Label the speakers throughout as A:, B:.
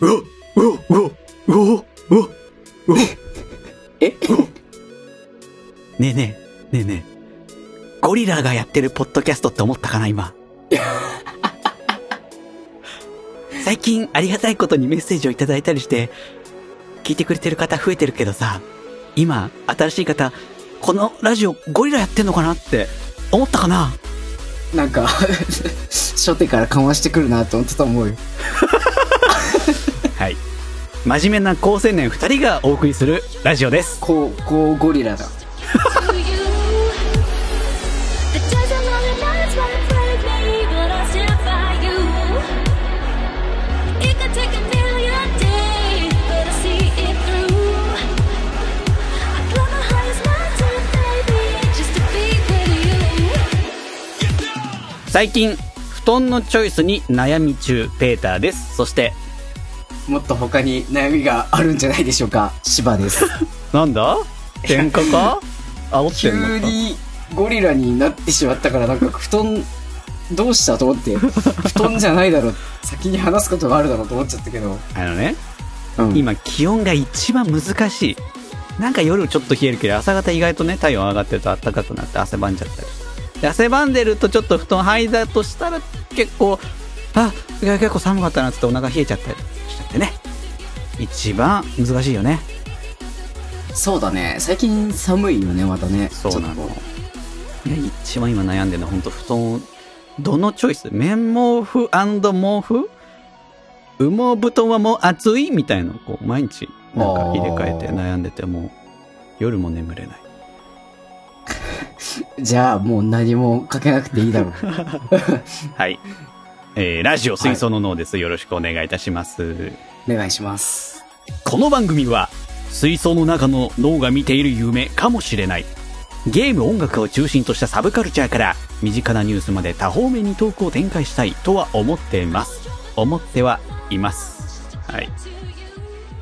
A: うわうわうわうわうわうわ
B: え
A: ねえねえ、ねえねえ。ゴリラがやってるポッドキャストって思ったかな、 今。最近ありがたいことにメッセージをいただいたりして、聞いてくれてる方増えてるけどさ、今、新しい方、このラジオゴリラやってんのかなって思ったかな
B: なんか初手から緩和してくるなと思ってた思うよ
A: はい。真面目な高青年二人がお送りするラジオです。
B: こうこうゴリラだ
C: to you. The dozen other nights wanna break me, but I'll still fight you. It could take a million days, but I see it through. I climb the highest mountain, baby, just to be with you.
A: 最近、布団のチョイスに悩み中、ペーターです。そして、
B: もっと他に悩みがあるんじゃないでしょうか芝です
A: なんだ喧嘩 か煽ってんの
B: 急にゴリラになってしまったからなんか布団どうしたと思って布団じゃないだろ先に話すことがあるだろうと思っちゃったけど、
A: あのね、
B: うん、
A: 今気温が一番難しい。なんか夜ちょっと冷えるけど、朝方意外とね、体温上がってると暖かくなって汗ばんじゃったり。で、汗ばんでるとちょっと布団剥いだとしたら結構、あ、いや結構寒かったなっつってお腹冷えちゃったりしちゃってね。一番難しいよね。
B: そうだね最近寒いよねまたね
A: そうなの
B: ちょっと
A: いや、一番今悩んでるのは本当布団を、どのチョイス綿毛布毛布羽毛布団はもう暑いみたいなのをこう毎日なんか入れ替えて
B: あー
A: 悩んでてもう夜も眠れない。
B: じゃあもう何もかけなくていいだろう
A: はい。えー、ラジオ水槽の脳です、よろしくお願いいたします。
B: お願いします
A: この番組は、水槽の中の脳が見ている夢かもしれない。ゲーム、音楽を中心としたサブカルチャーから、身近なニュースまで多方面にトークを展開したいとは思ってます。思ってはいます。はい。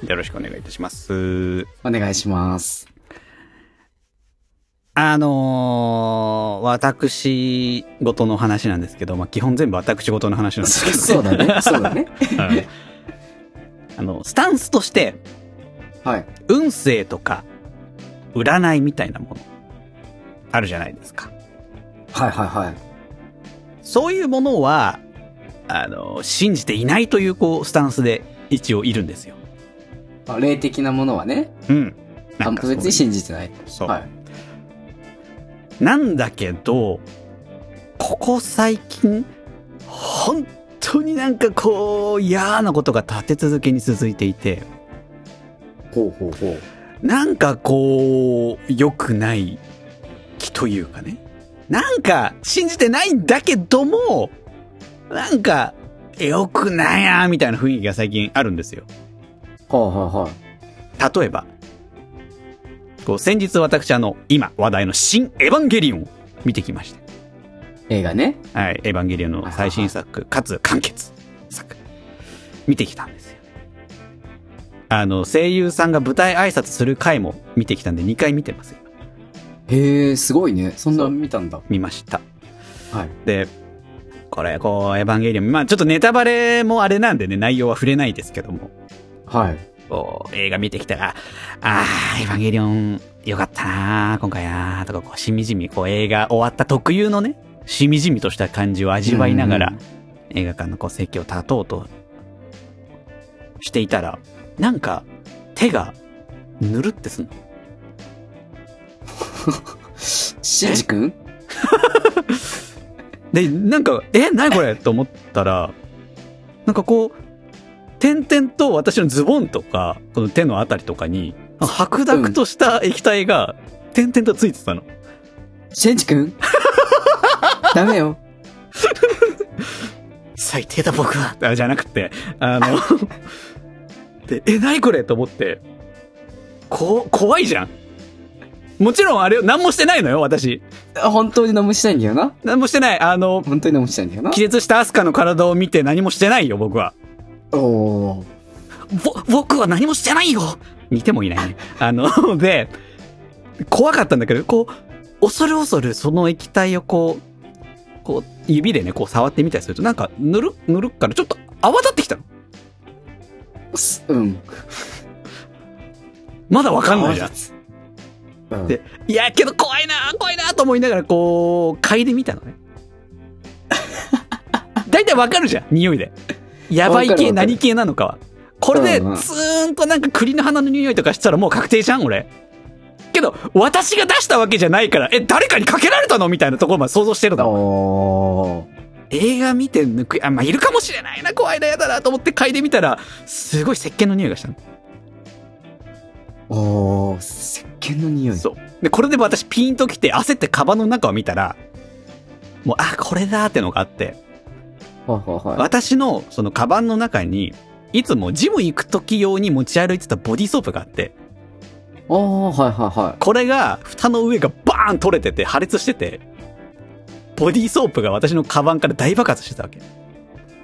A: よろしくお願いいたします。
B: お願いします
A: あのー、私事の話なんですけど、まあ、基本全部私事の話なんですけど、
B: そうだねそうだね
A: はいあの、スタンスとして、
B: はい
A: 運勢とか、占いみたいなもの、あるじゃないですか。
B: はいはいはい
A: そういうものは、あの、信じていないという、こう、スタンスで一応いるんですよ。
B: あ霊的なものはね
A: うん。な
B: あ
A: んかそういう
B: 別に信じてない
A: そう、
B: はい
A: なんだけど、ここ最近、本当になんかこう、嫌なことが立て続けに続いていて、
B: ほうほうほう
A: なんかこう、良くない気というかね。なんか信じてないんだけども、なんか良くないなみたいな雰囲気が最近あるんですよ。
B: ほうほうほう
A: 例えば、こう先日私あの、今話題の新エヴァンゲリオンを見てきまし
B: 映画ね
A: た。はい、エヴァンゲリオンの最新作、かつ完結作、見てきたんですよ。あの、声優さんが舞台挨拶する回も見てきたんで2回見てますよ。
B: へえすごいねそんな見たんだ
A: 見ました。
B: はい
A: で、これ、こう、エヴァンゲリオン、まあちょっとネタバレもあれなんでね、内容は触れないですけども、
B: はい
A: こう、映画見てきたら、あー、エヴァンゲリオン、よかったなー今回なーとか、こう、しみじみ、こう、映画終わった特有のね、しみじみとした感じを味わいながら
B: うん、
A: 映画館のこう、席を立とうと、していたら、なんか、手が、ぬるってすんの。
B: しんじくん
A: で、なんか、え、なにこれと思ったら、なんかこう、点々と私のズボンとか、この手のあたりとかに、白濁とした液体が、点々とついてたの。
B: しんじくん ダメよ。
A: 最低だ僕は。あじゃなくて、あ の、で、え、なにこれと思って、こ、怖いじゃん。もちろんあれ、何もしてないのよ、私。
B: あ本当に何もしたいんだよな。
A: 何もしてない。あの、
B: 本当に何もしたいんだよな
A: 気。絶したアスカの体を見て何もしてないよ、僕は。
B: おおー。
A: ぼ、僕は何もしてないよ似てもいないね。あの、で、怖かったんだけど、こう、恐る恐るその液体をこう、こう、指でね、こう触ってみたりすると、なんか、ぬる、ぬるっからちょっと泡立ってきたの。
B: すうん。
A: まだわかんないじゃん。
B: うん。
A: でいや、けど怖いな、怖いなと思いながら、こう、嗅いでみたの ね。大体わかるじゃん、匂いで。やばい
B: わかる
A: 系、
B: わかる
A: 何系なのかは。これで、ツ
B: うんうん
A: ーンとなんか栗の花の匂いとかしたらもう確定じゃん、俺。けど、私が出したわけじゃないから、え、誰かにかけられたのみたいなところまで想像してるの。
B: おー。
A: 映画見て抜く、あ、まあ、いるかもしれないな、怖いな、やだな、と思って嗅いでみたら、すごい石鹸の匂いがしたの。
B: おー、石鹸の匂い。
A: そう。で、これで私ピンときて、焦ってカバンの中を見たら、もう、あ、これだーってのがあって、
B: はいはいはい。
A: 私の、その、カバンの中に、いつもジム行く時用に持ち歩いてたボディーソープがあって、
B: おー、はいはいはい。
A: これが、蓋の上がバーン取れてて、破裂してて、ボディーソープが私のカバンから大爆発してたわけ。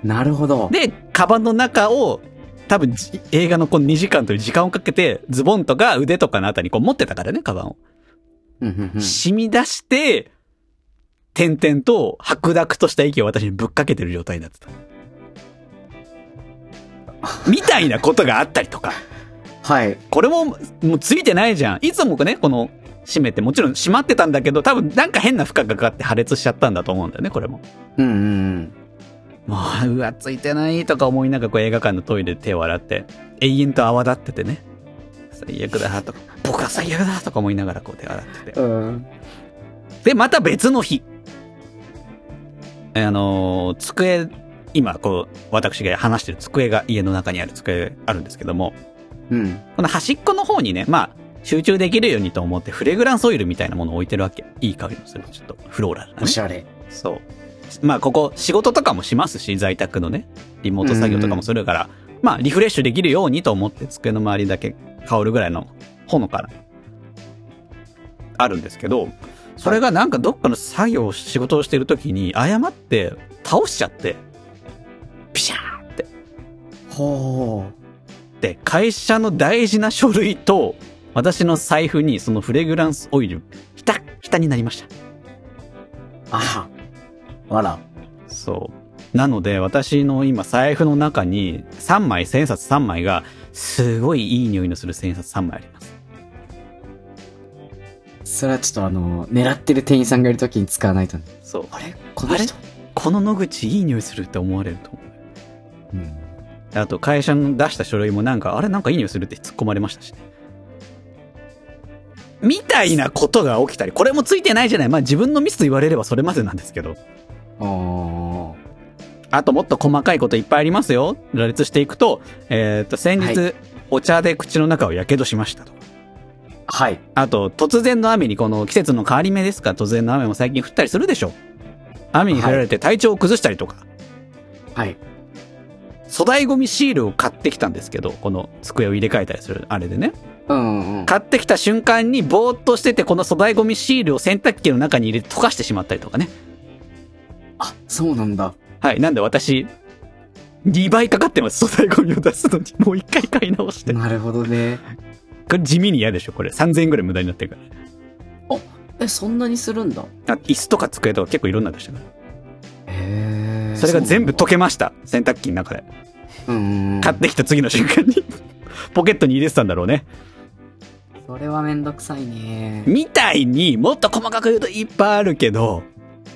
B: なるほど。
A: で、カバンの中を、多分じ映画のこの2時間という時間をかけて、ズボンとか腕とかのあたりにこう持ってたからね、カバンを。
B: うんうんうん
A: 染み出して、点々と白濁とした息を私にぶっかけてる状態になって た。みたいなことがあったりとか。
B: はい。
A: これも、もうついてないじゃん。いつもね、この、閉めて、もちろん閉まってたんだけど、多分なんか変な負荷がかかって破裂しちゃったんだと思うんだよね、これも。
B: うんうん
A: もう、うわ、ついてないとか思いながらこう映画館のトイレで手を洗って、永遠と泡立っててね。最悪だとか、僕は最悪だとか思いながらこう手を洗ってて。
B: うん。うん。
A: で、また別の日。あのー机、今、こう、私が話してる机が、家の中にある机あるんですけども、
B: うん。
A: この端っこの方にね、まあ、集中できるようにと思って、フレグランスオイルみたいなものを置いてるわけ。いい香りのする。ちょっと、フローラルな、
B: お
A: ね。
B: しゃれ。
A: そう。まあ、ここ、仕事とかもしますし、在宅のね、リモート作業とかもするから、まあ、リフレッシュできるようにと思って、机の周りだけ香るぐらいの、ほのかな、あるんですけど、それがなんかどっかの作業、仕事をしてる時に、誤って、倒しちゃって、ピシャーって、
B: ほ
A: で、会社の大事な書類と、私の財布に、そのフレグランスオイル、ひた、ひたになりました。
B: う。あら。あら。
A: そう。なので、私の今、財布の中に、3枚、千冊3枚が、すごいいい匂いのする千冊3枚あります。
B: それはちょっとあの、狙ってる店員さんがいるときに使わないとね。
A: そう。
B: あれこの人
A: この野口、いい匂いするって思われると思う。
B: うん。
A: あと、会社の出した書類もなんか、あれなんかいい匂いするって突っ込まれましたしね。みたいなことが起きたり、これもついてないじゃない。まあ自分のミスと言われればそれまでなんですけど。
B: おー。
A: あともっと細かいこといっぱいありますよ。羅列していくと、えっ、と、先日、
B: は
A: お茶で口の中をやけどしましたと。
B: はい。
A: あと、突然の雨にこの季節の変わり目ですから、突然の雨も最近降ったりするでしょ。雨に降られて体調を崩したりとか、
B: はい。
A: 粗大ゴミシールを買ってきたんですけど、この机を入れ替えたりする、あれでね。
B: うんうん。
A: 買ってきた瞬間にぼーっとしてて、この粗大ゴミシールを洗濯機の中に入れて溶かしてしまったりとかね。
B: あ、そうなんだ。
A: はい。なんで私、2倍かかってます。粗大ゴミを出すのに。もう1回買い直して。
B: なるほどね。
A: これ地味に嫌でしょこれ3000円ぐらい無駄になってるか
B: え、そんなにするんだ。
A: らあ椅子とか机とか結構いろんなの出してるか
B: へえ。
A: らそれが全部溶
B: と
A: けました洗濯機の中で
B: うんうん。
A: 買ってきた次の瞬間に ポケットに入れてたんだろうね
B: それはめんどくさいね。
A: みたいにもっと細かく言うといっぱいあるけど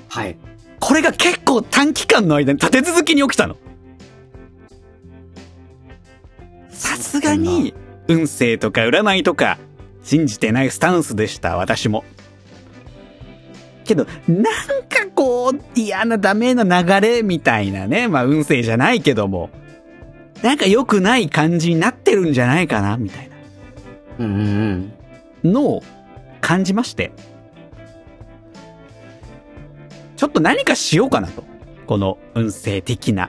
B: はい。
A: これが結構短期間の間に立て続けに起きたのさすがに運勢とか占いとか信じてないスタンスでした私もけどなんかこう嫌なダメな流れみたいなねまあ運勢じゃないけどもなんか良くない感じになってるんじゃないかなみたいな
B: うんうんうん。
A: のを感じまして、ちょっと何かしようかなと。この運勢的な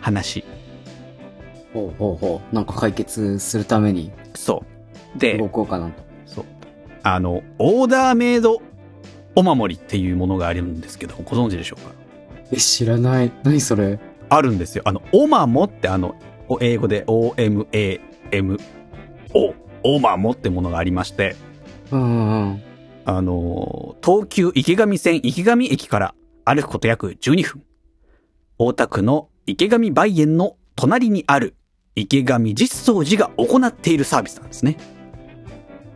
A: 話。
B: ほうほうほう。なんか解決するために
A: そう。で
B: 動、こうかなと。
A: そう。あの、オーダーメイドお守りっていうものがあるんですけど、ご存知でしょうか
B: え、知らない。何それ
A: あるんですよ。あの、おまもってあの、お英語で OMAMO、おまもってものがありまして、
B: うんうんうん。
A: あのー東急池上線池上駅から歩くこと約12分。大田区の池上梅園の隣にある池上実相寺が行っているサービスなんですね。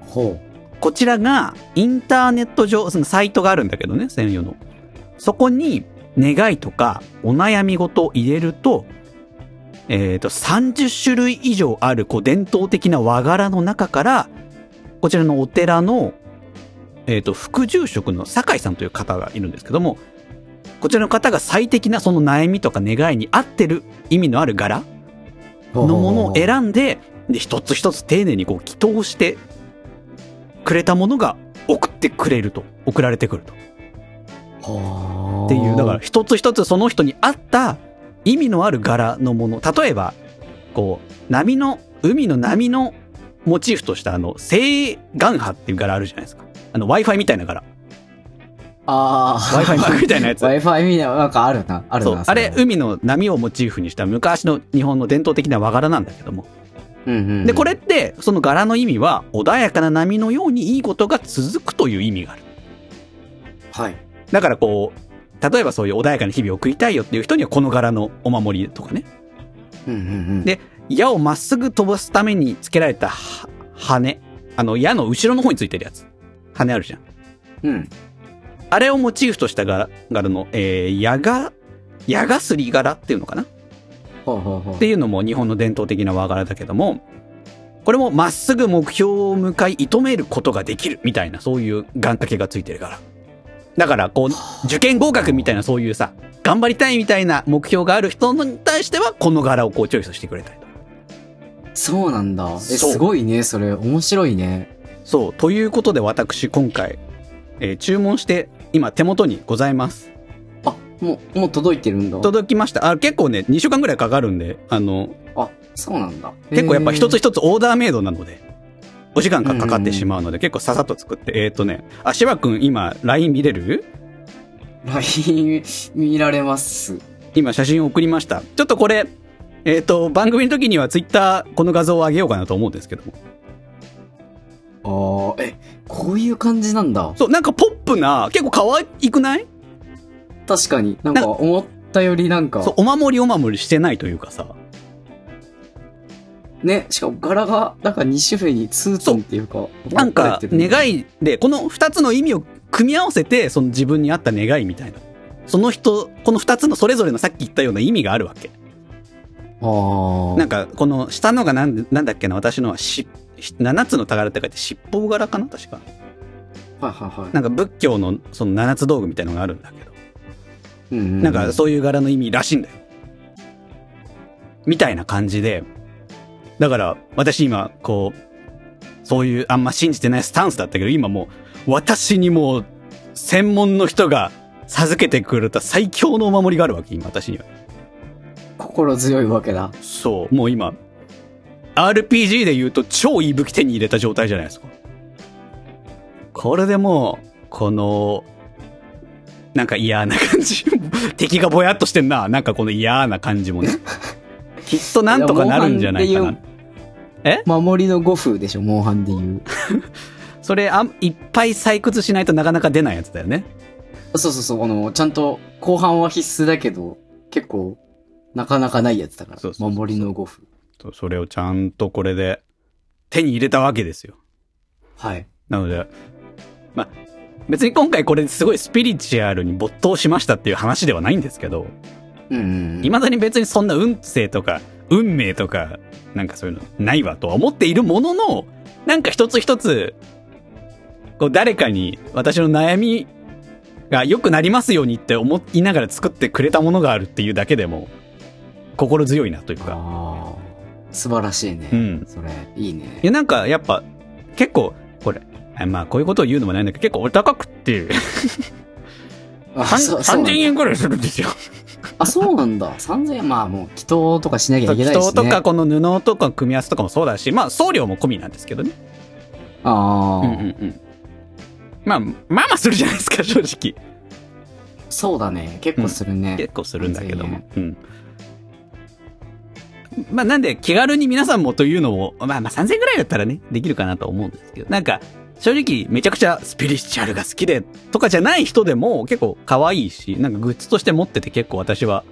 B: ほ
A: こちらが、インターネット上、そのサイトがあるんだけどね、専用の。そこに、願いとか、お悩み事を入れると、えっ、と、30種類以上ある、こう、伝統的な和柄の中から、こちらのお寺の、えっ、と、副住職の酒井さんという方がいるんですけども、こちらの方が最適なその悩みとか願いに合ってる意味のある柄
B: う。
A: のものを選んで、で、一つ一つ丁寧にこう祈祷してくれたものが送ってくれると。送られてくると。
B: ほ
A: っていう、だから、一つ一つその人に合った意味のある柄のもの。例えば、こう、波の、海の波のモチーフとしたあの、西岸波っていう柄あるじゃないですか。あの、Wi-Fi みたいな柄。
B: あ あ。
A: Wi-Fi みたいなやつ
B: Wi-Fi みたいな、なんかあるな。ある
A: そう
B: な。。
A: あ
B: れ
A: れ、海の波をモチーフにした昔の日本の伝統的な和柄なんだけども。
B: うんうん。
A: で、これって、その柄の意味は、穏やかな波のようにいいことが続くという意味がある。
B: はい。
A: だからこう、例えばそういう穏やかな日々を送りたいよっていう人には、この柄のお守りとかね。
B: うんうんうん。
A: で矢をまっすぐ飛ばすためにつけられたは羽。あの、矢の後ろの方についてるやつ。羽あるじゃん。
B: うん。
A: あれをモチーフとした柄柄の、えー、矢が、矢がすり柄っていうのかな
B: ほうほうほう。
A: っていうのも日本の伝統的な和柄だけども、これもまっすぐ目標を向かい、射止めることができるみたいな、そういう願掛けがついてるから。だから、こう、受験合格みたいな、そういうさ、頑張りたいみたいな目標がある人に対しては、この柄をこうチョイスしてくれたりと。
B: そうなんだ。え、
A: そう
B: すごいね、それ。面白いね。
A: そう、ということで私、今回、えー注文して、今手元にございます。
B: あ、もう、もう届いてるんだ。
A: 届きました。あ、結構ね、2週間ぐらいかかるんで、あの、
B: あ、そうなんだ。
A: 結構やっぱ一つ
B: へー
A: 一つオーダーメイドなので、お時間がかかってしまうので、結構ささっと作って、えっ、ー、とね、あ、しばくん今、LINE 見れる
B: LINE 見られます。
A: 今写真を送りました。ちょっとこれ、えっ、と、番組の時には Twitter、この画像を上げようかなと思うんですけども。
B: ああ、え、こういう感じなんだ。
A: そう、なんかポップな、結構可愛くない
B: 確かに。なん
A: な
B: か思ったよりなん
A: そう
B: か、、
A: お守りお守りしてないというかさ。
B: ね、しかも柄が、なんか2種類にツートンっていうか、
A: なんか、願
B: い。
A: いで、この二つの意味を組み合わせて、その自分に合った願いみたいな。その人、この二つのそれぞれのさっき言ったような意味があるわけ。
B: ああ。
A: なんか、この下のがなんなんだっけな、私のはし、七つの宝って書いて、七宝柄かな確か。
B: はいはいはい。
A: なんか仏教のその七つ道具みたいのがあるんだけど。
B: うんう
A: なんか、そういう柄の意味らしいんだよ。みたいな感じで。だから、私今、こう、そういうあんま信じてないスタンスだったけど、今もう、私にもう、専門の人が授けてくれた最強のお守りがあるわけ、今、私には。
B: 心強いわけだ。
A: そう、もう今、RPG で言うと超いい武器手に入れた状態じゃないですか。これでもう、この、なんか嫌な感じ。 敵がぼやっとしてんな。なんかこの嫌な感じも ね。きっとなんとかなるんじゃないか
B: いやモン
A: な
B: ハン。
A: え
B: 守りの五風でしょ、モンハンで言う。
A: それあん、いっぱい採掘しないとなかなか出ないやつだよね。
B: そうそうそう、あの、ちゃんと後半は必須だけど、結構、なかなかないやつだから。
A: そうそうそうそう
B: 守りの五分。
A: とそれをちゃんとこれで手に入れたわけですよ。
B: はい。
A: なので、まあ、別に今回これすごいスピリチュアルに没頭しましたっていう話ではないんですけど、
B: うんうんうん。
A: いまだに別にそんな運勢とか、運命とか、なんかそういうのないわとは思っているものの、なんか一つ一つ、こう誰かに私の悩みが良くなりますようにって思いながら作ってくれたものがあるっていうだけでも、心強いなというか。
B: あー素晴らしいね。
A: うん
B: それ、いいね
A: い。や、なんかやっぱ、結構、これ、あまあこういうことを言うのもないんだけど、結構お高くって、
B: あ、
A: 3
B: そうそうなんだ
A: 3000円くらいするんですよ。
B: あ、そうなんだ。3000円。まあもう、祈祷とかしなきゃいけないし、ね。
A: 人とかこの布とか組み合わせとかもそうだし、まあ送料も込みなんですけどね。
B: あ
A: う
B: あ、
A: んうんうん。まあ、まあまあするじゃないですか、正直。
B: そうだね。結構するね。
A: 結構するんだけども。うん。まあ、なんで、気軽に皆さんもというのを、まあまあ3000ぐらいだったらね、できるかなと思うんですけど、なんか、正直、めちゃくちゃスピリチュアルが好きで、とかじゃない人でも結構可愛いし、なんかグッズとして持ってて結構私は、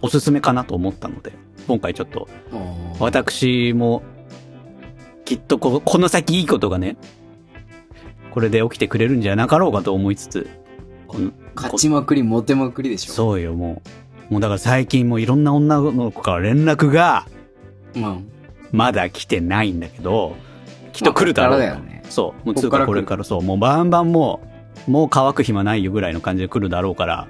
A: おすすめかなと思ったので。今回ちょっと、
B: あー
A: 私も、きっとこ、この先いいことがね、これで起きてくれるんじゃなかろうかと思いつつ、この
B: 勝ちまくり、モテまくりでしょ。
A: そうよ、もう。もうだから最近もういろんな女の子から連絡が、
B: ま
A: まだ来てないんだけど、きっと来るだろうと。
B: まあこっからだよね
A: そう。もう
B: こっ
A: つう
B: から
A: か
B: 来る
A: これからそう。もうバンバンもう、もう乾く暇ないよぐらいの感じで来るだろうから、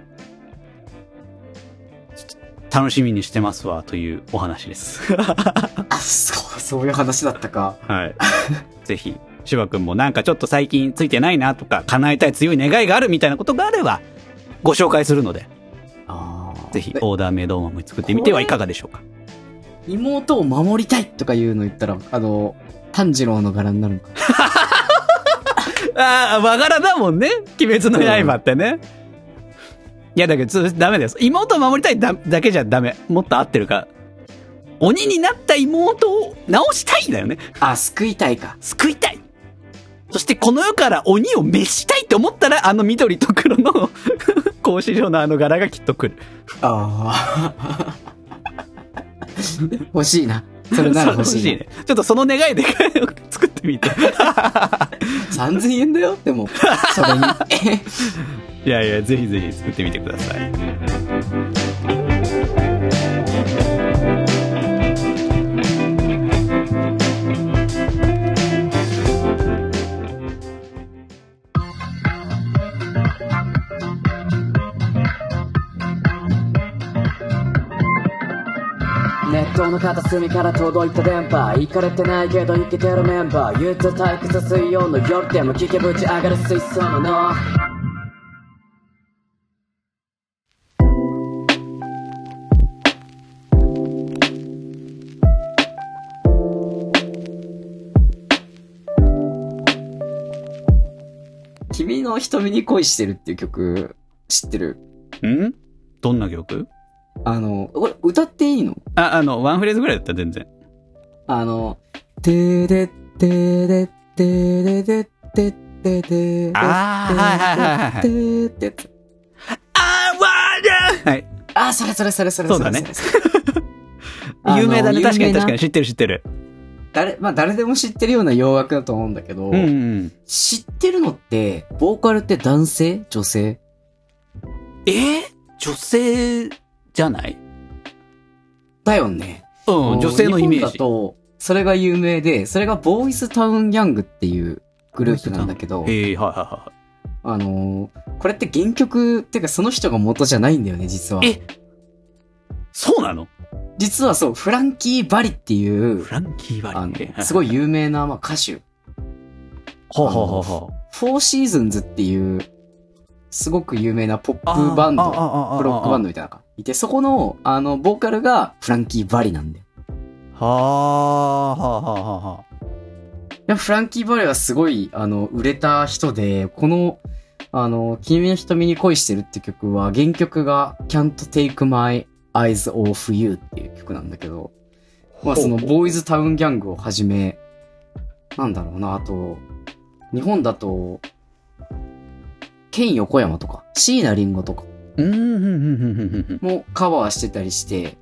A: ちょ楽しみにしてますわ、というお話 です。
B: あ、あ、そう、そういう話だったか。
A: はい。ぜひ、芝くんもなんかちょっと最近ついてないなとか、叶えたい強い願いがあるみたいなことがあれば、ご紹介するので、
B: あー
A: ぜひ
B: で、
A: オーダーメイドお守り作ってみてはいかがでしょうか。
B: 妹を守りたいとかいうの言ったら、あの、炭治郎の柄になるのか。
A: ああ、和柄だもんね。鬼滅の刃ってね。いや、だけど、つダメです。妹を守りたいだだけじゃダメ。もっと合ってるから。鬼になった妹を直したいんだよね。
B: あ、救いたいか。
A: 救いたい。そしてこの世から鬼を召したいと思ったら、あの緑と黒の、 格子状のあの柄がきっと来る。
B: ああ。 欲しいな。 それ なら欲しいな。
A: ね。ちょっとその願いで作ってみて。
B: 3000円だよでも、それに。
A: いやいや、ぜひぜひ作ってみてください。
D: ネットの片隅から届いた電波行かれてないけど生きてるメンバー言って退屈水曜の夜でも聞けぶち上がる水槽のの
B: 君の瞳に恋してるっていう曲、知ってる
A: んどんな曲
B: あの、これ歌っていいの
A: あ、あの、ワンフレーズぐらいだったら全然。
B: あの、てーでってーでってーででってってでで
A: あーはいはいはいはい
B: てーでってって
A: あわーはい。
B: あー、それそれそれそれ
A: そうだね
B: れれそれ あの
A: 有名だね。確かに
B: 有名な
A: 確かに。知ってる知ってる。
B: 誰、まあ誰でも知ってるような洋楽だと思うんだけど、
A: うんうん。
B: 知ってるのって、ボーカルって男性女性
A: えー女性じゃない
B: だよね。
A: うん、女性のイメ
B: 日
A: ー
B: 本
A: ジ
B: だ。と、それが有名で、それがボーイスタウンヤングっていうグループなんだけど、
A: ええはいはいは
B: あのーこれって原曲っていうかその人が元じゃないんだよね、実は。
A: えい。そうなの
B: 実はそう、フランキー・バリっていう
A: フ、ランキー・
B: あ
A: バリー。
B: の、すごい有名な、まあ、歌手、
A: ほうほうほうほう。
B: フォーシーズンズっていう、すごく有名なポップバンド、
A: ド
B: プロックバ
A: ド。
B: ンドみたいなのがいて、そこの、あの、ボーカルがフランキー・バリなんだよ。
A: はあ、はあ、はあ、はあ。
B: でもフランキー・バリはすごい、あの、売れた人で、この、あの、君の瞳に恋してるって曲は、原曲が Can't Take My Eyes Off You っていう曲なんだけど、まあその、ボーイズタウンギャングをはじめ、なんだろうな、あと、日本だと、ケン横山とか、椎名林檎とか
A: うん、うん、うん、うん、うん。
B: もカバーしてたりして、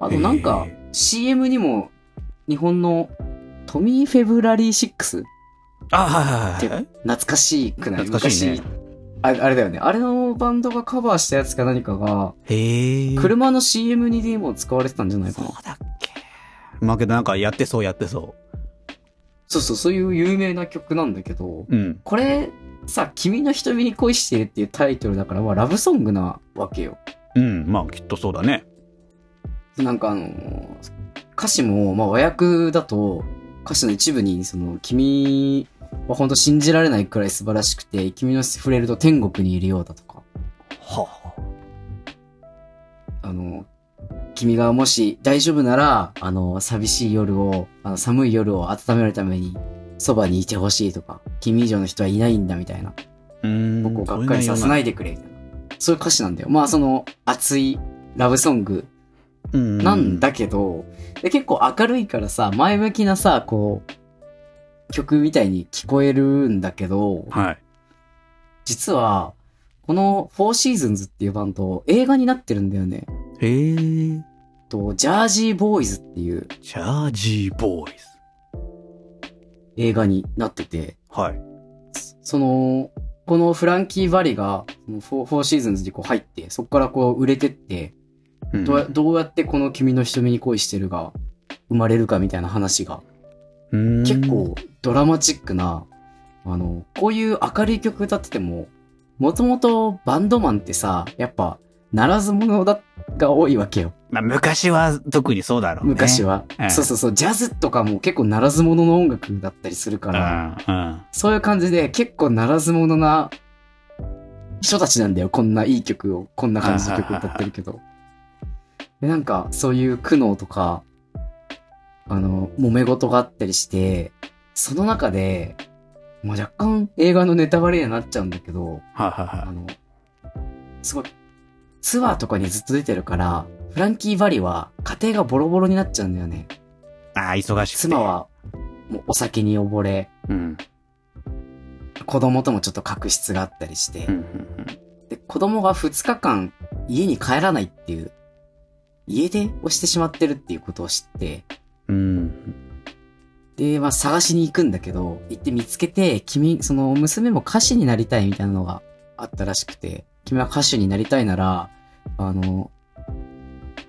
B: あとなんか
A: へ、
B: CM にも、日本のトミー・フェブラリー6
A: あ、はいはいはい。
B: 懐かしくない
A: 懐かしいね
B: 昔ああれだよね。あれのバンドがカバーしたやつか何かが、
A: へえ。
B: 車の CM にでも使われてたんじゃないか
A: そ
B: な。
A: うだっけ。まあけどなんかやってそうやってそ
B: そうそう、そういう有名な曲なんだけど、
A: う。うん。
B: これ、さ、君の瞳に恋してるっていうタイトルだから、まあ、ラブソングなわけよ。
A: うん、まあきっとそうだね。
B: なんかあのー歌詞も、まあ、和訳だと、歌詞の一部に、その、君は本当信じられないくらい素晴らしくて、君の触れると天国にいるようだとか、
A: はあ。
B: あの、君がもし大丈夫なら、あの、寂しい夜を、あの寒い夜を温めるために、そばにいてほしいとか、君以上の人はいないんだみたいな、
A: うん
B: 僕をがっかりさせないでくれみたいな、そういう歌詞なんだよ。まあ、その、熱いラブソングなんだけど、で結構明るいからさ、前向きなさ、こう、曲みたいに聞こえるんだけど、
A: はい。
B: 実は、この4 Seasons っていうバンド、映画になってるんだよね。
A: へえ。
B: と、ジャージーボーイズっていう
A: ジャージーボーイズ。
B: 映画になってて、
A: はい。
B: その、このフランキー・バリが、そのフォーフォーシーズンズにこう入って、そこからこう売れてって、
A: うん
B: どうやどうやってこの君の瞳に恋してるが生まれるかみたいな話が、
A: うん
B: 結構ドラマチックな、あの、こういう明るい曲歌ってても、もともとバンドマンってさ、やっぱ、ならず者だ、が多いわけよ。
A: まあ、昔は特にそうだろうね。
B: 昔は。
A: ええ
B: そうそうそう、ジャズとかも結構ならず者の音楽だったりする
A: う
B: か
A: ん。
B: ら、
A: うん。
B: そういう感じで結構ならず者な人たちなんだよ。こんないい曲を、こんな感じの曲を歌ってるけど。でなんか、そういう苦悩とか、あの、揉め事があったりして、その中で、まあ、若干映画のネタバレにはなっちゃうんだけど、
A: はいはい
B: あ
A: は
B: の、すごい、ツアーとかにずっと出てるから、フランキー・バリは家庭がボロボロになっちゃうんだよね。
A: い。ああ、忙しくて。
B: 妻。は、もうお酒に溺れ、
A: うん。
B: 子供ともちょっと確執があったりして、
A: うんうん
B: で子供が2日間家に帰らないっていう、家出をしてしまってるっていうことを知って、
A: うん。うん。
B: で、まあ探しに行くんだけど、行って見つけて、君、その娘も歌手になりたいみたいなのがあったらしくて、君は歌手になりたいなら、あの、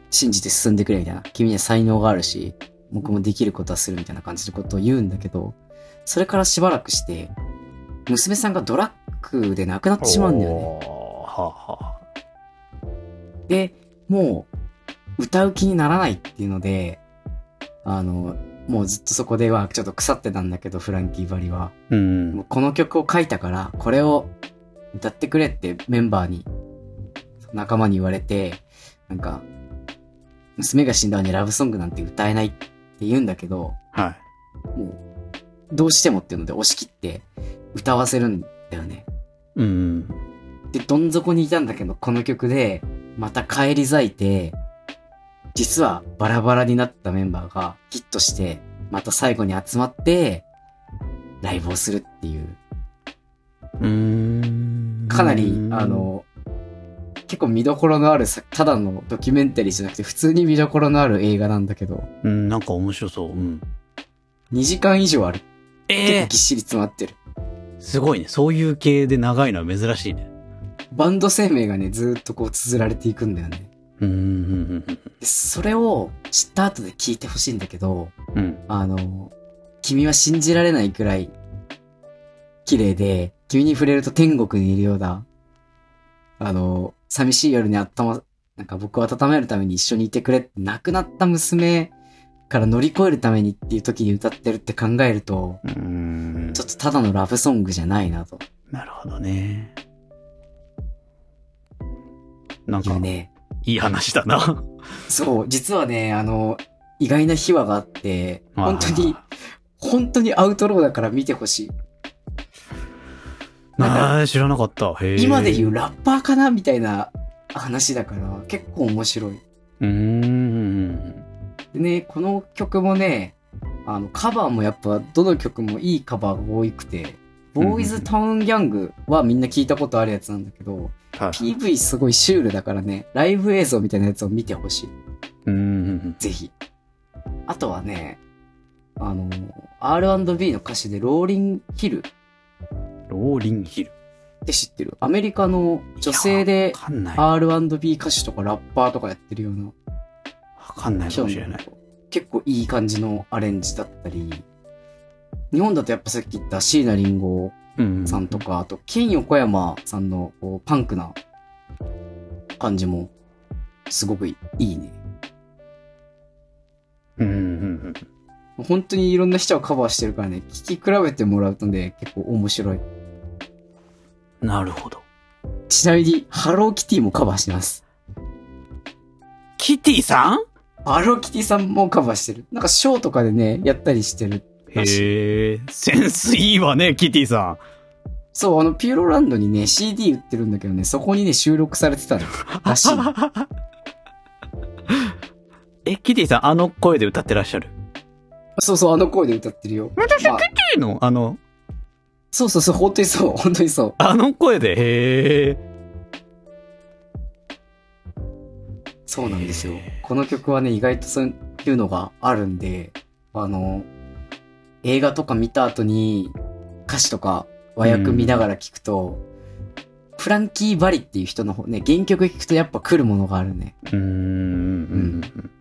B: 信じて進んでくれみたいな。君には才能があるし、僕もできることはするみたいな感じのことを言うんだけど、それからしばらくして、娘さんがドラッグで亡くなってしまうんだよね。
A: おーはあはあ。
B: で、もう、歌う気にならないっていうので、あの、もうずっとそこでは、ちょっと腐ってたんだけど、フランキーバリは。
A: うん
B: もう。この曲を書いたから、これを歌ってくれってメンバーに、仲間に言われて、なんか、娘が死んだのにラブソングなんて歌えないって言うんだけど、
A: はい。
B: もう、どうしてもっていうので押し切って、歌わせるんだよね。
A: うん。
B: で、どん底にいたんだけど、この曲で、また帰り咲いて、実はバラバラになったメンバーがヒットして、また最後に集まって、ライブをするっていう、
A: うん。
B: かなり、あ、の、結構見どころのあるさ、ただのドキュメンタリーじゃなくて、普通に見どころのある映画なんだけど、
A: うん、なんか面白そう。うん。
B: 2時間以上ある。結
A: え
B: 構ぎっしり詰まってる。
A: すごいね。そういう系で長いのは珍しいね。
B: バンド生命がね、ずーっとこう綴られていくんだよね。
A: うんうん
B: でそれを知った後で聞いてほしいんだけど、
A: うんうん。うん。
B: あの、君は信じられないくらい綺麗で、君に触れると天国にいるようだ。あの、寂しい夜に頭、なんか僕を温めるために一緒にいてくれって亡くなった娘から乗り越えるためにっていう時に歌ってるって考えると、
A: うん
B: ちょっとただのラブソングじゃないなと
A: なるほどね。なん
B: い
A: か
B: う、ね。
A: いい話だな。
B: そう、実はね、あの、意外な秘話があって、本当に、
A: あ
B: 本当にアウトローだから見てほしい。
A: ー。
B: なんか
A: あー知らなかった。へー
B: 今で言う。ラッパーかなみたいな話だから、結構面白い。
A: うーん。
B: でね、この曲もね、あの、カバーもやっぱ、どの曲もいいカバーが多くて、ボーイズタウンギャングはみんな聞いたことあるやつなんだけど、
A: はい。
B: PV すごいシュールだからね、ライブ映像みたいなやつを見てほしい。
A: うんうん
B: ぜひ。あとはね、あの、R&B の歌手でローリン・ヒルっ
A: うん。ローリンヒル。
B: て知ってるアメリカの女性で
A: わかんない。わ
B: R&B 歌手とかラッパーとかやってるような
A: かんないかもしれない。
B: 結構いい感じのアレンジだったり、日本だとやっぱさっき言った椎名林檎
A: うん。
B: さんとか、あと、ケン横山さんのこうパンクな感じも、すごくいいね。
A: うんうん
B: 本当にいろんな人をカバーしてるからね、聴き比べてもらうとね、結構面白い。
A: うん。なるほど。
B: ちなみに、ハローキティもカバーしてます。
A: キティさん
B: ハローキティさんもカバーしてる。なんかショーとかでね、やったりしてる。らしい
A: へえ、センスいいわね、キティさん。
B: そう、あの、ピューロランドにね、CD 売ってるんだけどね、そこにね、収録されてたのらしい。
A: え、キティさん、あの声で歌ってらっしゃる。
B: そうそう、あの声で歌ってるよ。私、まあ、
A: いいのあの、
B: そうそうそう、本当にそう、 本当にそう。
A: あの声で、へえ。
B: そうなんですよ。この曲はね、意外とそういうのがあるんで、あの、映画とか見た後に歌詞とか和訳見ながら聞くと、フランキー・バリっていう人の方ね、原曲聞くとやっぱ来るものがあるね。
A: うーんうんうんうん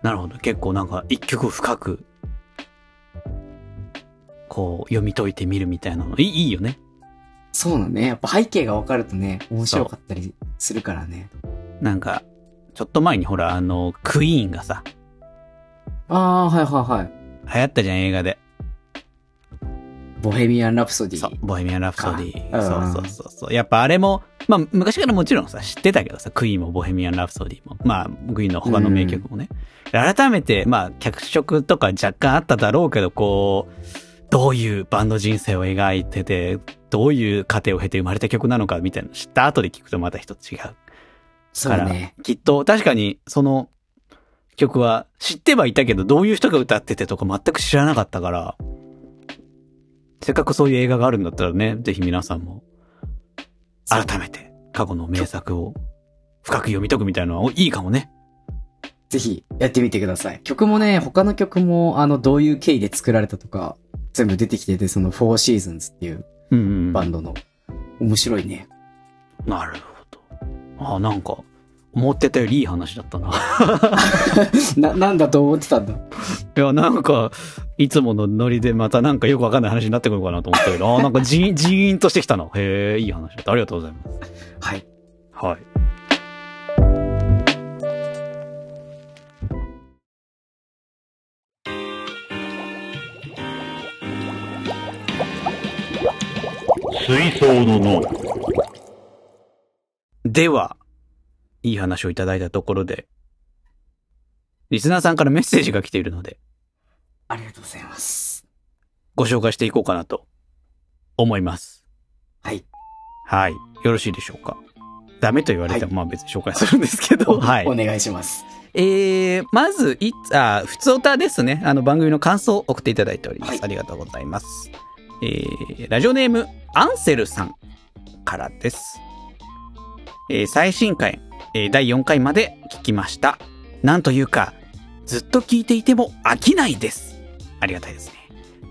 A: なるほど。結構なんか一曲深く、こう読み解いてみるみたいなの。いいいいよね。
B: そうなのね。やっぱ背景がわかるとね、面白かったりするからね。
A: なんか、ちょっと前にほら、あの、クイーンがさ、
B: ああ、はいはいはい。
A: 流行ったじゃん、映画で。
B: ボヘミアン・ラプソディ。
A: そう、ボヘミアン・ラプソディ。
B: か
A: そう
B: うん
A: そうそうそう。やっぱあれも、まあ昔からもちろんさ、知ってたけどさ、クイーンもボヘミアン・ラプソディも、まあ、クイーンの他の名曲もね。改めて、まあ、脚色とか若干あっただろうけど、こう、どういうバンド人生を描いてて、どういう過程を経て生まれた曲なのかみたいなの知った後で聞くとまた一つ違う。
B: そうね。
A: きっと、確かに、その曲は知ってはいたけど、どういう人が歌っててとか全く知らなかったから、せっかくそういう映画があるんだったらね、ぜひ皆さんも、
B: そう
A: 改めて過去の名作を深く読み解くみたいなのはいいかもね。
B: ぜひやってみてください。曲もね、他の曲も、あの、どういう経緯で作られたとか、全部出てきてて、その、4 Seasons っていう
A: うんうん、
B: バンドの、面白いね。
A: なるほど。ああ、なんか、思ってたよりいい話だったな。
B: な、なんだと思ってたんだ。
A: いや、なんか、いつものノリでまたなんかよくわかんない話になってくるかなと思ったけど、ああ、なんかジーン、 ジーンとしてきたの。へえ、いい話だった。ありがとうございます。
B: はい。
A: はい。
E: 水槽の脳。
A: では、いい話をいただいたところで、リスナーさんからメッセージが来ているので、
B: ありがとうございます。
A: ご紹介していこうかなと、思います。
B: はい。
A: はい。よろしいでしょうか。ダメと言われても、まあ別に紹介するんですけど、はい
B: お。願いします。
A: えー、まず、いつ、あ、普通歌ですね。あの、番組の感想を送っていただいております。
B: はい
A: ありがとうございます。えー、ラジオネーム、アンセルさんからです。えー、最新回、えー第4回まで聞きました。なんというか、ずっと聞いていても飽きないです。ありがたいですね。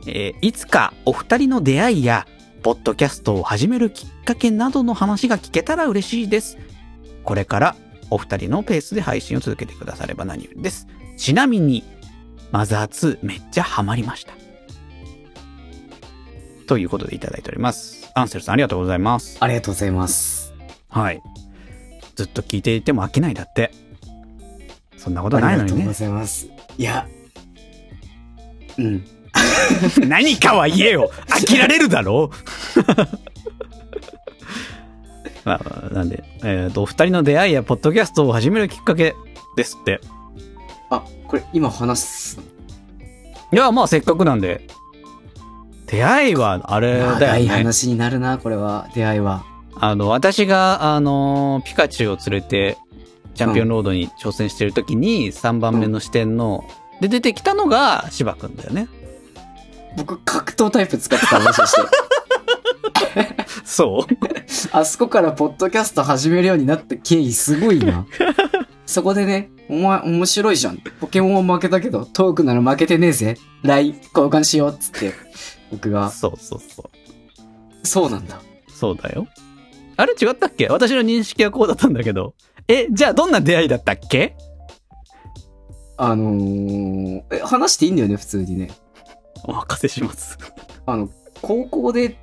A: えーいつかお二人の出会いや、ポッドキャストを始めるきっかけなどの話が聞けたら嬉しいです。これからお二人のペースで配信を続けてくだされば何よりです。ちなみに、マザー2めっちゃハマりました。ということでいただいております。アンセルさんありがとうございます。
B: ありがとうございます。
A: はい。ずっと聞いていても飽きないだって。そんなこと
B: あ
A: ない
B: り
A: の
B: が
A: に
B: とう
A: ね
B: ご。ざいます。いや、うん。
A: 何かは言えよ飽きられるだろう まあまあ、なんで、えっ、と、お二人の出会いや、ポッドキャストを始めるきっかけですって。
B: あ、これ、今話す。
A: いや、まあ、せっかくなんで。出会いは、あれ
B: 長
A: だ
B: い
A: よね。
B: 話になるな、これは、出会いは。
A: あの、私が、あの、ピカチュウを連れて、チャンピオンロードに挑戦してる時に、3番目の視点の、で、出てきたのが、芝くんだよね。
B: 僕、格闘タイプ使ってた、もしかして。
A: そう
B: あそこからポッドキャスト始めるようになった経緯すごいな。そこでね、お前面白いじゃん。ポケモンは負けたけど、トークなら負けてねえぜ。LINE 交換しようっつって。僕が、
A: そうそうそう。
B: そうなんだ。
A: そうだよ。あれ違ったっけ私の認識はこうだったんだけど。え、じゃあどんな出会いだったっけ
B: あのー、え、話していいんだよね、普通にね。
A: お任せします。
B: あの、高校で、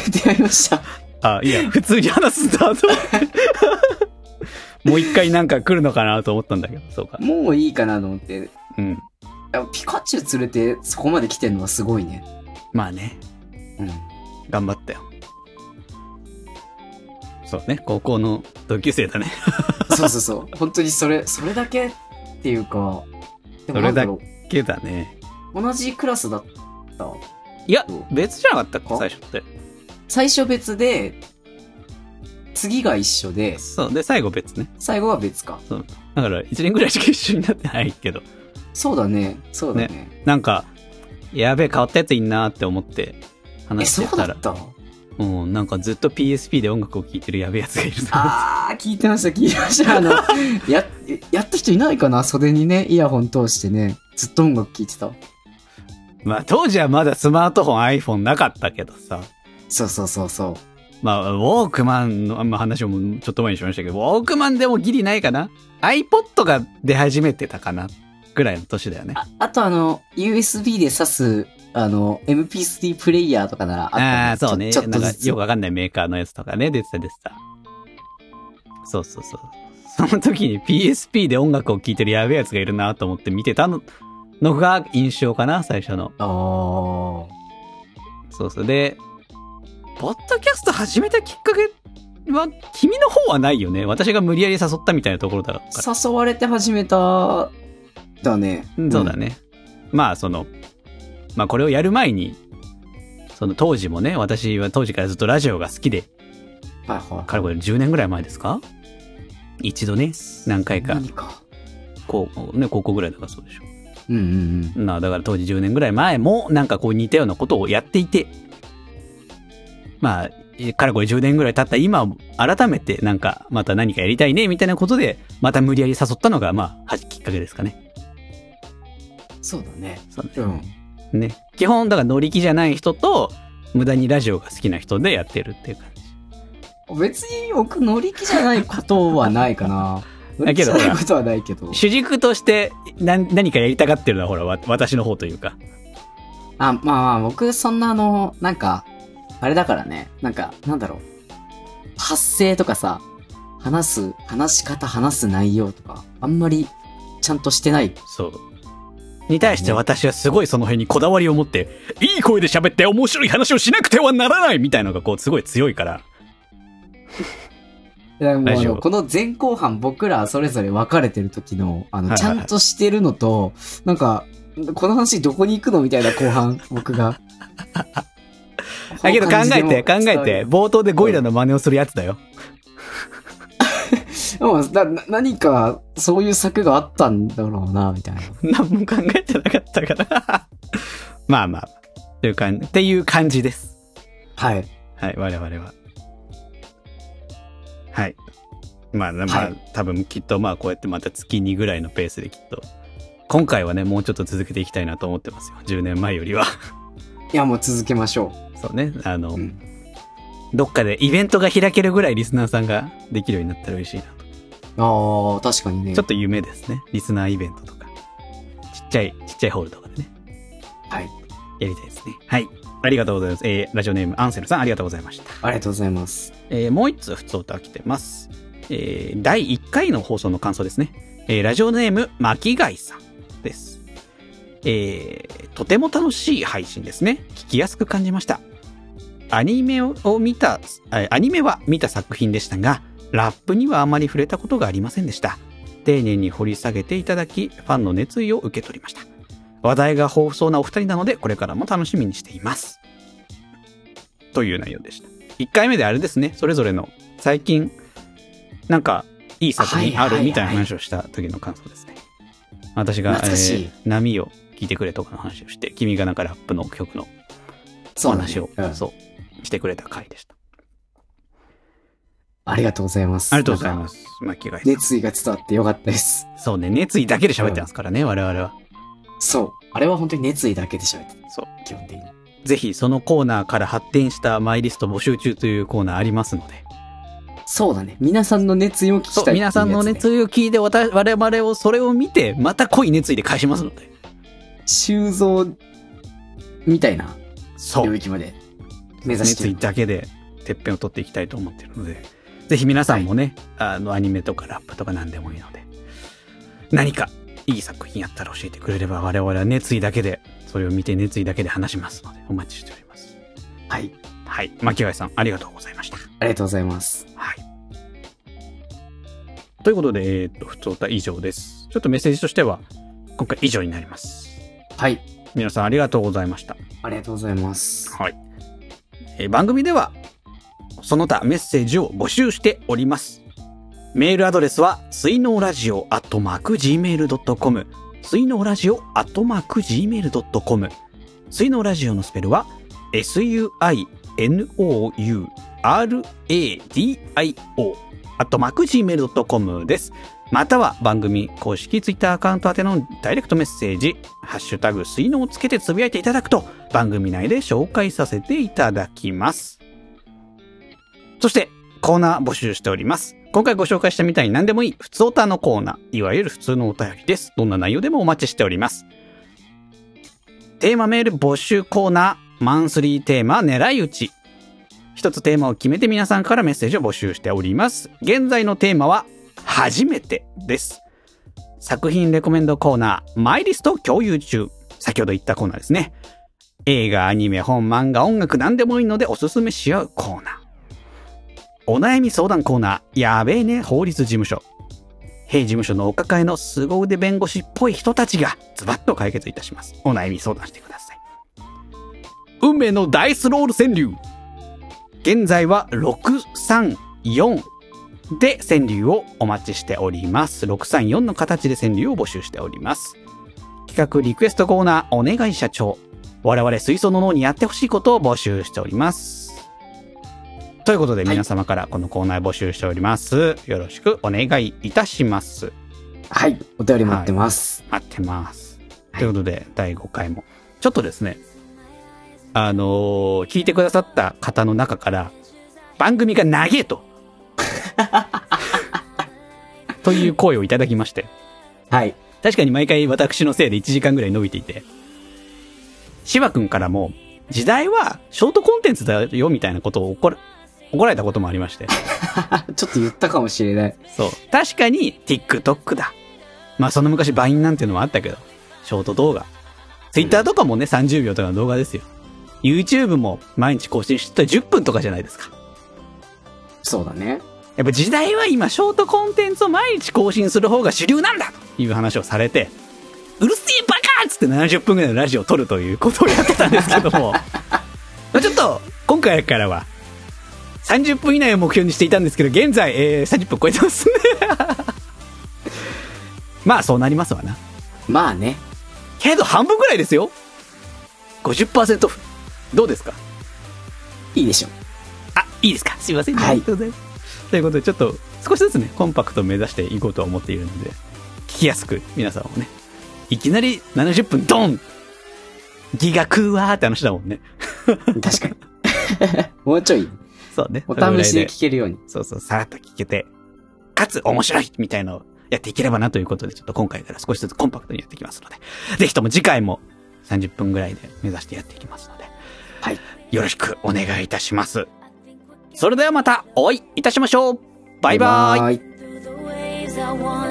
B: 出会いました。
A: あ、いや、普通に話すんだと思って。もう一回なんか来るのかなと思ったんだけど、そうか。
B: もういいかなと思って。
A: うん。
B: あピカチュウ連れてそこまで来てんのはすごいね。
A: まあね、
B: うん。
A: 頑張ったよ。そうね、高校の同級生だね。
B: そうそうそう。本当にそれ、それだけっていうか、でもなんだろう。
A: けだね。
B: 同じクラスだった。
A: いや、別じゃなかったっけ最初って。
B: 最初別で、次が一緒で、
A: そう。で、最後別ね。
B: 最後は別か。
A: だから、一年ぐらいしか一緒になってないけど。
B: そうだね。そうだね。
A: なんか、やべえ、変わったやついんなーって思って
B: え、
A: 話し
B: そ
A: て
B: う
A: た
B: だ
A: ら
B: っ。た
A: うん、なんかずっと PSP で音楽を聴いてるやべえやつがいるぞ。
B: あー、聞いてました、聞いてまし た。あの、や、やった人いないかな袖にね、イヤホン通してね、ずっと音楽聴いてた。
A: まあ当時はまだスマートフォン iPhone なかったけどさ。
B: そうそうそうそう。
A: まあウォークマンの、まあ、話もちょっと前にしましたけど、ウォークマンでもギリないかな ?iPod が出始めてたかなぐらいの年だよね。
B: ああとあの、USB で挿す、あの、MP3 プレイヤーとかならあった
A: あ
B: な
A: あー、そうね。
B: ちょちょっ
A: なん
B: と
A: か
B: ずつ
A: よくわかんないメーカーのやつとかね、出てた出てた。そうそうそう。その時に PSP で音楽を聴いてるやべえやつがいるなと思って見てたののが印象かな、最初の。
B: あー
A: そうそう。で、ポッドキャスト始めたきっかけは、君の方はないよね。私が無理やり誘ったみたいなところだから。
B: 誘われて始めた、だね。
A: そうだね。まあ、その、まあ、これをやる前に、その当時もね、私は当時からずっとラジオが好きで、
B: うん。はいはい。
A: かれこれ10年ぐらい前ですか一度ね、何回か、
B: 何か。
A: こう、ね、高校ぐらいだからそうでしょ。
B: うんうんうん。
A: なあ、だから当時10年ぐらい前も、なんかこう似たようなことをやっていて、まあ、えかれこれ10年ぐらい経った今、改めてなんか、また何かやりたいね、みたいなことで、また無理やり誘ったのが、まあ、はきっかけですかね。
B: そうだね。
A: そうね
B: うん。
A: ね。基本、だから乗り気じゃない人と、無駄にラジオが好きな人でやってるっていう感じ。
B: 別に僕乗り気じゃないことはないかな。乗
A: だ
B: り
A: け
B: 気じ
A: ど
B: ゃないことはないけど。
A: 主軸として何、何かやりたがってるのは、ほら、わ私の方というか。
B: あ、まあまあ、僕そんなあの、なんか、あれだからね。なんか、なんだろう。発声とかさ、話す、話し方、話す内容とか、あんまりちゃんとしてない。
A: そう。に対して私はすごいその辺にこだわりを持って、いい声で喋って面白い話をしなくてはならないみたいなのがこうすごい強いから。
B: いやもうあ
A: 大丈
B: の
A: 夫
B: この前後半僕らそれぞれ分かれてる時の、あ
A: は
B: の、
A: い
B: ち
A: はい
B: ゃんとしてるのと、なんか、この話どこに行くのみたいな 後半、僕が。
A: だけど考えて、考
B: こういう感じで
A: え
B: も
A: て、。冒頭でゴリラの真似をするやつだよ。
B: でもなな何か、そういう策があったんだろうな、みたいな。
A: 何も考えてなかったから。 まあまあ、という感じ、っていう感じです。
B: はい。
A: はい、我々は。はい。まあ、まあ、
B: はい
A: 多分きっとまあこうやってまた月2ぐらいのペースできっと。今回はね、もうちょっと続けていきたいなと思ってますよ。10年前よりは。
B: いや、もう続けましょ
A: そうね、あの、
B: うん
A: どっかでイベントが開けるぐらいリスナーさんができるようになったら嬉しいなと。
B: う。ああ、確かにね。
A: ちょっと夢ですね。リスナーイベントとか。ちっちゃい、ちっちゃいホールとかでね。
B: はい。
A: やりたいですね。はい。ありがとうございます。えー、ラジオネームアンセルさんありがとうございました。
B: ありがとうございます。
A: えーもう一通普通歌来てます。えー第1回の放送の感想ですね。えーラジオネーム、巻貝さんです。えーとても楽しい配信ですね。聞きやすく感じました。アニメを見た、あアニメは見た作品でしたが、ラップにはあまり触れたことがありませんでした。丁寧に掘り下げていただき、ファンの熱意を受け取りました。話題が豊富そうなお二人なので、これからも楽しみにしています。という内容でした。1回目であれですね、それぞれの最近、なんか、いい作品あるみたいな話をした時の感想ですね。私が、え
B: 懐かしい
A: ー波を聞いてくれとかの話をして、君がなんかラップの曲の
B: そ
A: お
B: うだね
A: 話を、
B: うん
A: そう、してくれた回でした。
B: ありがとうございます。。
A: ありがとうございますす。巻貝さん。
B: 熱意が伝わってよかったです。
A: そうね、熱意だけで喋ってますからね、我々は。
B: そう。あれは本当に熱意だけで喋って
A: そう。
B: た、基本的に。
A: ぜひ、そのコーナーから発展したマイリスト募集中というコーナーありますので。
B: そうだね。皆さんの熱意を聞きたい
A: そ
B: って
A: う、
B: いう
A: 皆さんの
B: やつね
A: 熱意を聞いて、わた我々をそれを見て、また濃い熱意で返しますので。
B: 修造みたいな
A: そ
B: 領
A: う。
B: 域まで目指し
A: 熱
B: てる
A: 意だけで、てっぺんを取っていきたいと思っているので、ぜひ皆さんもね、あの、アニメとかラップとか何でもいいので、何かいい作品やったら教えてくれれば、我々は熱意だけで、それを見て熱意だけで話しますので、お待ちしております。
B: はい。
A: はい。巻貝さん、ありがとうございました。
B: ありがとうございます。
A: はい。ということで、えーっと、普通歌以上です。ちょっとメッセージとしては、今回以上になります。
B: はい。
A: 皆さんありがとうございました。
B: ありがとうございます。
A: はい。えー番組では、その他メッセージを募集しております。メールアドレスは、水のラジオアットマーク Gmail.com、水のラジオアットマーク Gmail.com、水のラジオのスペルは、suiradio nouradio アットマーク gmail.com です。または番組公式ツイッターアカウント宛てのダイレクトメッセージ、ハッシュタグ水のをつけてつぶやいていただくと番組内で紹介させていただきます。そして、コーナー募集しております。今回ご紹介したみたいに何でもいい、普通オタのコーナー、いわゆる普通のお便りです。どんな内容でもお待ちしております。テーマメール募集コーナー、マンスリーテーマ狙い撃ち。一つテーマを決めて皆さんからメッセージを募集しております。現在のテーマは、初めてです。作品レコメンドコーナー、マイリスト共有中。先ほど言ったコーナーですね。映画、アニメ、本、漫画、音楽、何でもいいのでおすすめし合うコーナー。お悩み相談コーナー、やべえね法律事務所。弊事務所のお抱えの凄腕弁護士っぽい人たちがズバッと解決いたします。お悩み相談してください。運命のダイスロール川柳。現在は634で川柳をお待ちしております。634の形で川柳を募集しております。企画リクエストコーナーお願い社長。我々水素の脳にやってほしいことを募集しております。ということで
B: はい
A: 皆様からこのコーナー募集しております。よろしくお願いいたします。
B: はい。お便り待ってます。
A: 待ってます。
B: はい
A: ということで、第5回も。ちょっとですね、あのー聞いてくださった方の中から、番組が長え と。という声をいただきまして。
B: はい。
A: 確かに毎回私のせいで1時間ぐらい伸びていて。芝くんからも、時代はショートコンテンツだよみたいなことを怒ら怒られたこともありまして。
B: あちょっと言ったかもしれない。
A: そう。確かに TikTok だ。まあその昔 Vine なんていうのもあったけど、ショート動画。Twitter とかもね、30秒とかの動画ですよ。YouTube も毎日更新して10分とかじゃないですか。
B: そうだね。
A: やっぱ時代は今、ショートコンテンツを毎日更新する方が主流なんだという話をされて、うるせえバカっつって70分ぐらいのラジオを撮るということをやってたんですけども、まあちょっと、今回からは、30分以内を目標にしていたんですけど、現在、えー30分超えてますね。 まあ、そうなりますわな。
B: まあね。
A: けど、半分ぐらいですよ。50%オフ。どうですか
B: いいでしょ。
A: あ、いいですかすいません、
B: はい
A: ありがとうございます。ということで、ちょっと少しずつね、コンパクトを目指していこうとは思っているので、聞きやすく、皆さんもね、いきなり70分ドンギガ食うわーって話だもんね。
B: 確かに。 もうちょい、
A: そうね。
B: お
A: それぐら
B: 試
A: い
B: しで聞けるように。
A: そうそう、さらっと聞けて、かつ面白いみたいのをやっていければなということで、ちょっと今回から少しずつコンパクトにやっていきますので、ぜひとも次回も30分ぐらいで目指してやっていきますので、
B: はい。
A: よろしくお願いいたします。それではまたお会いいたしましょうバイバイ
B: イ。
C: Through the waves I want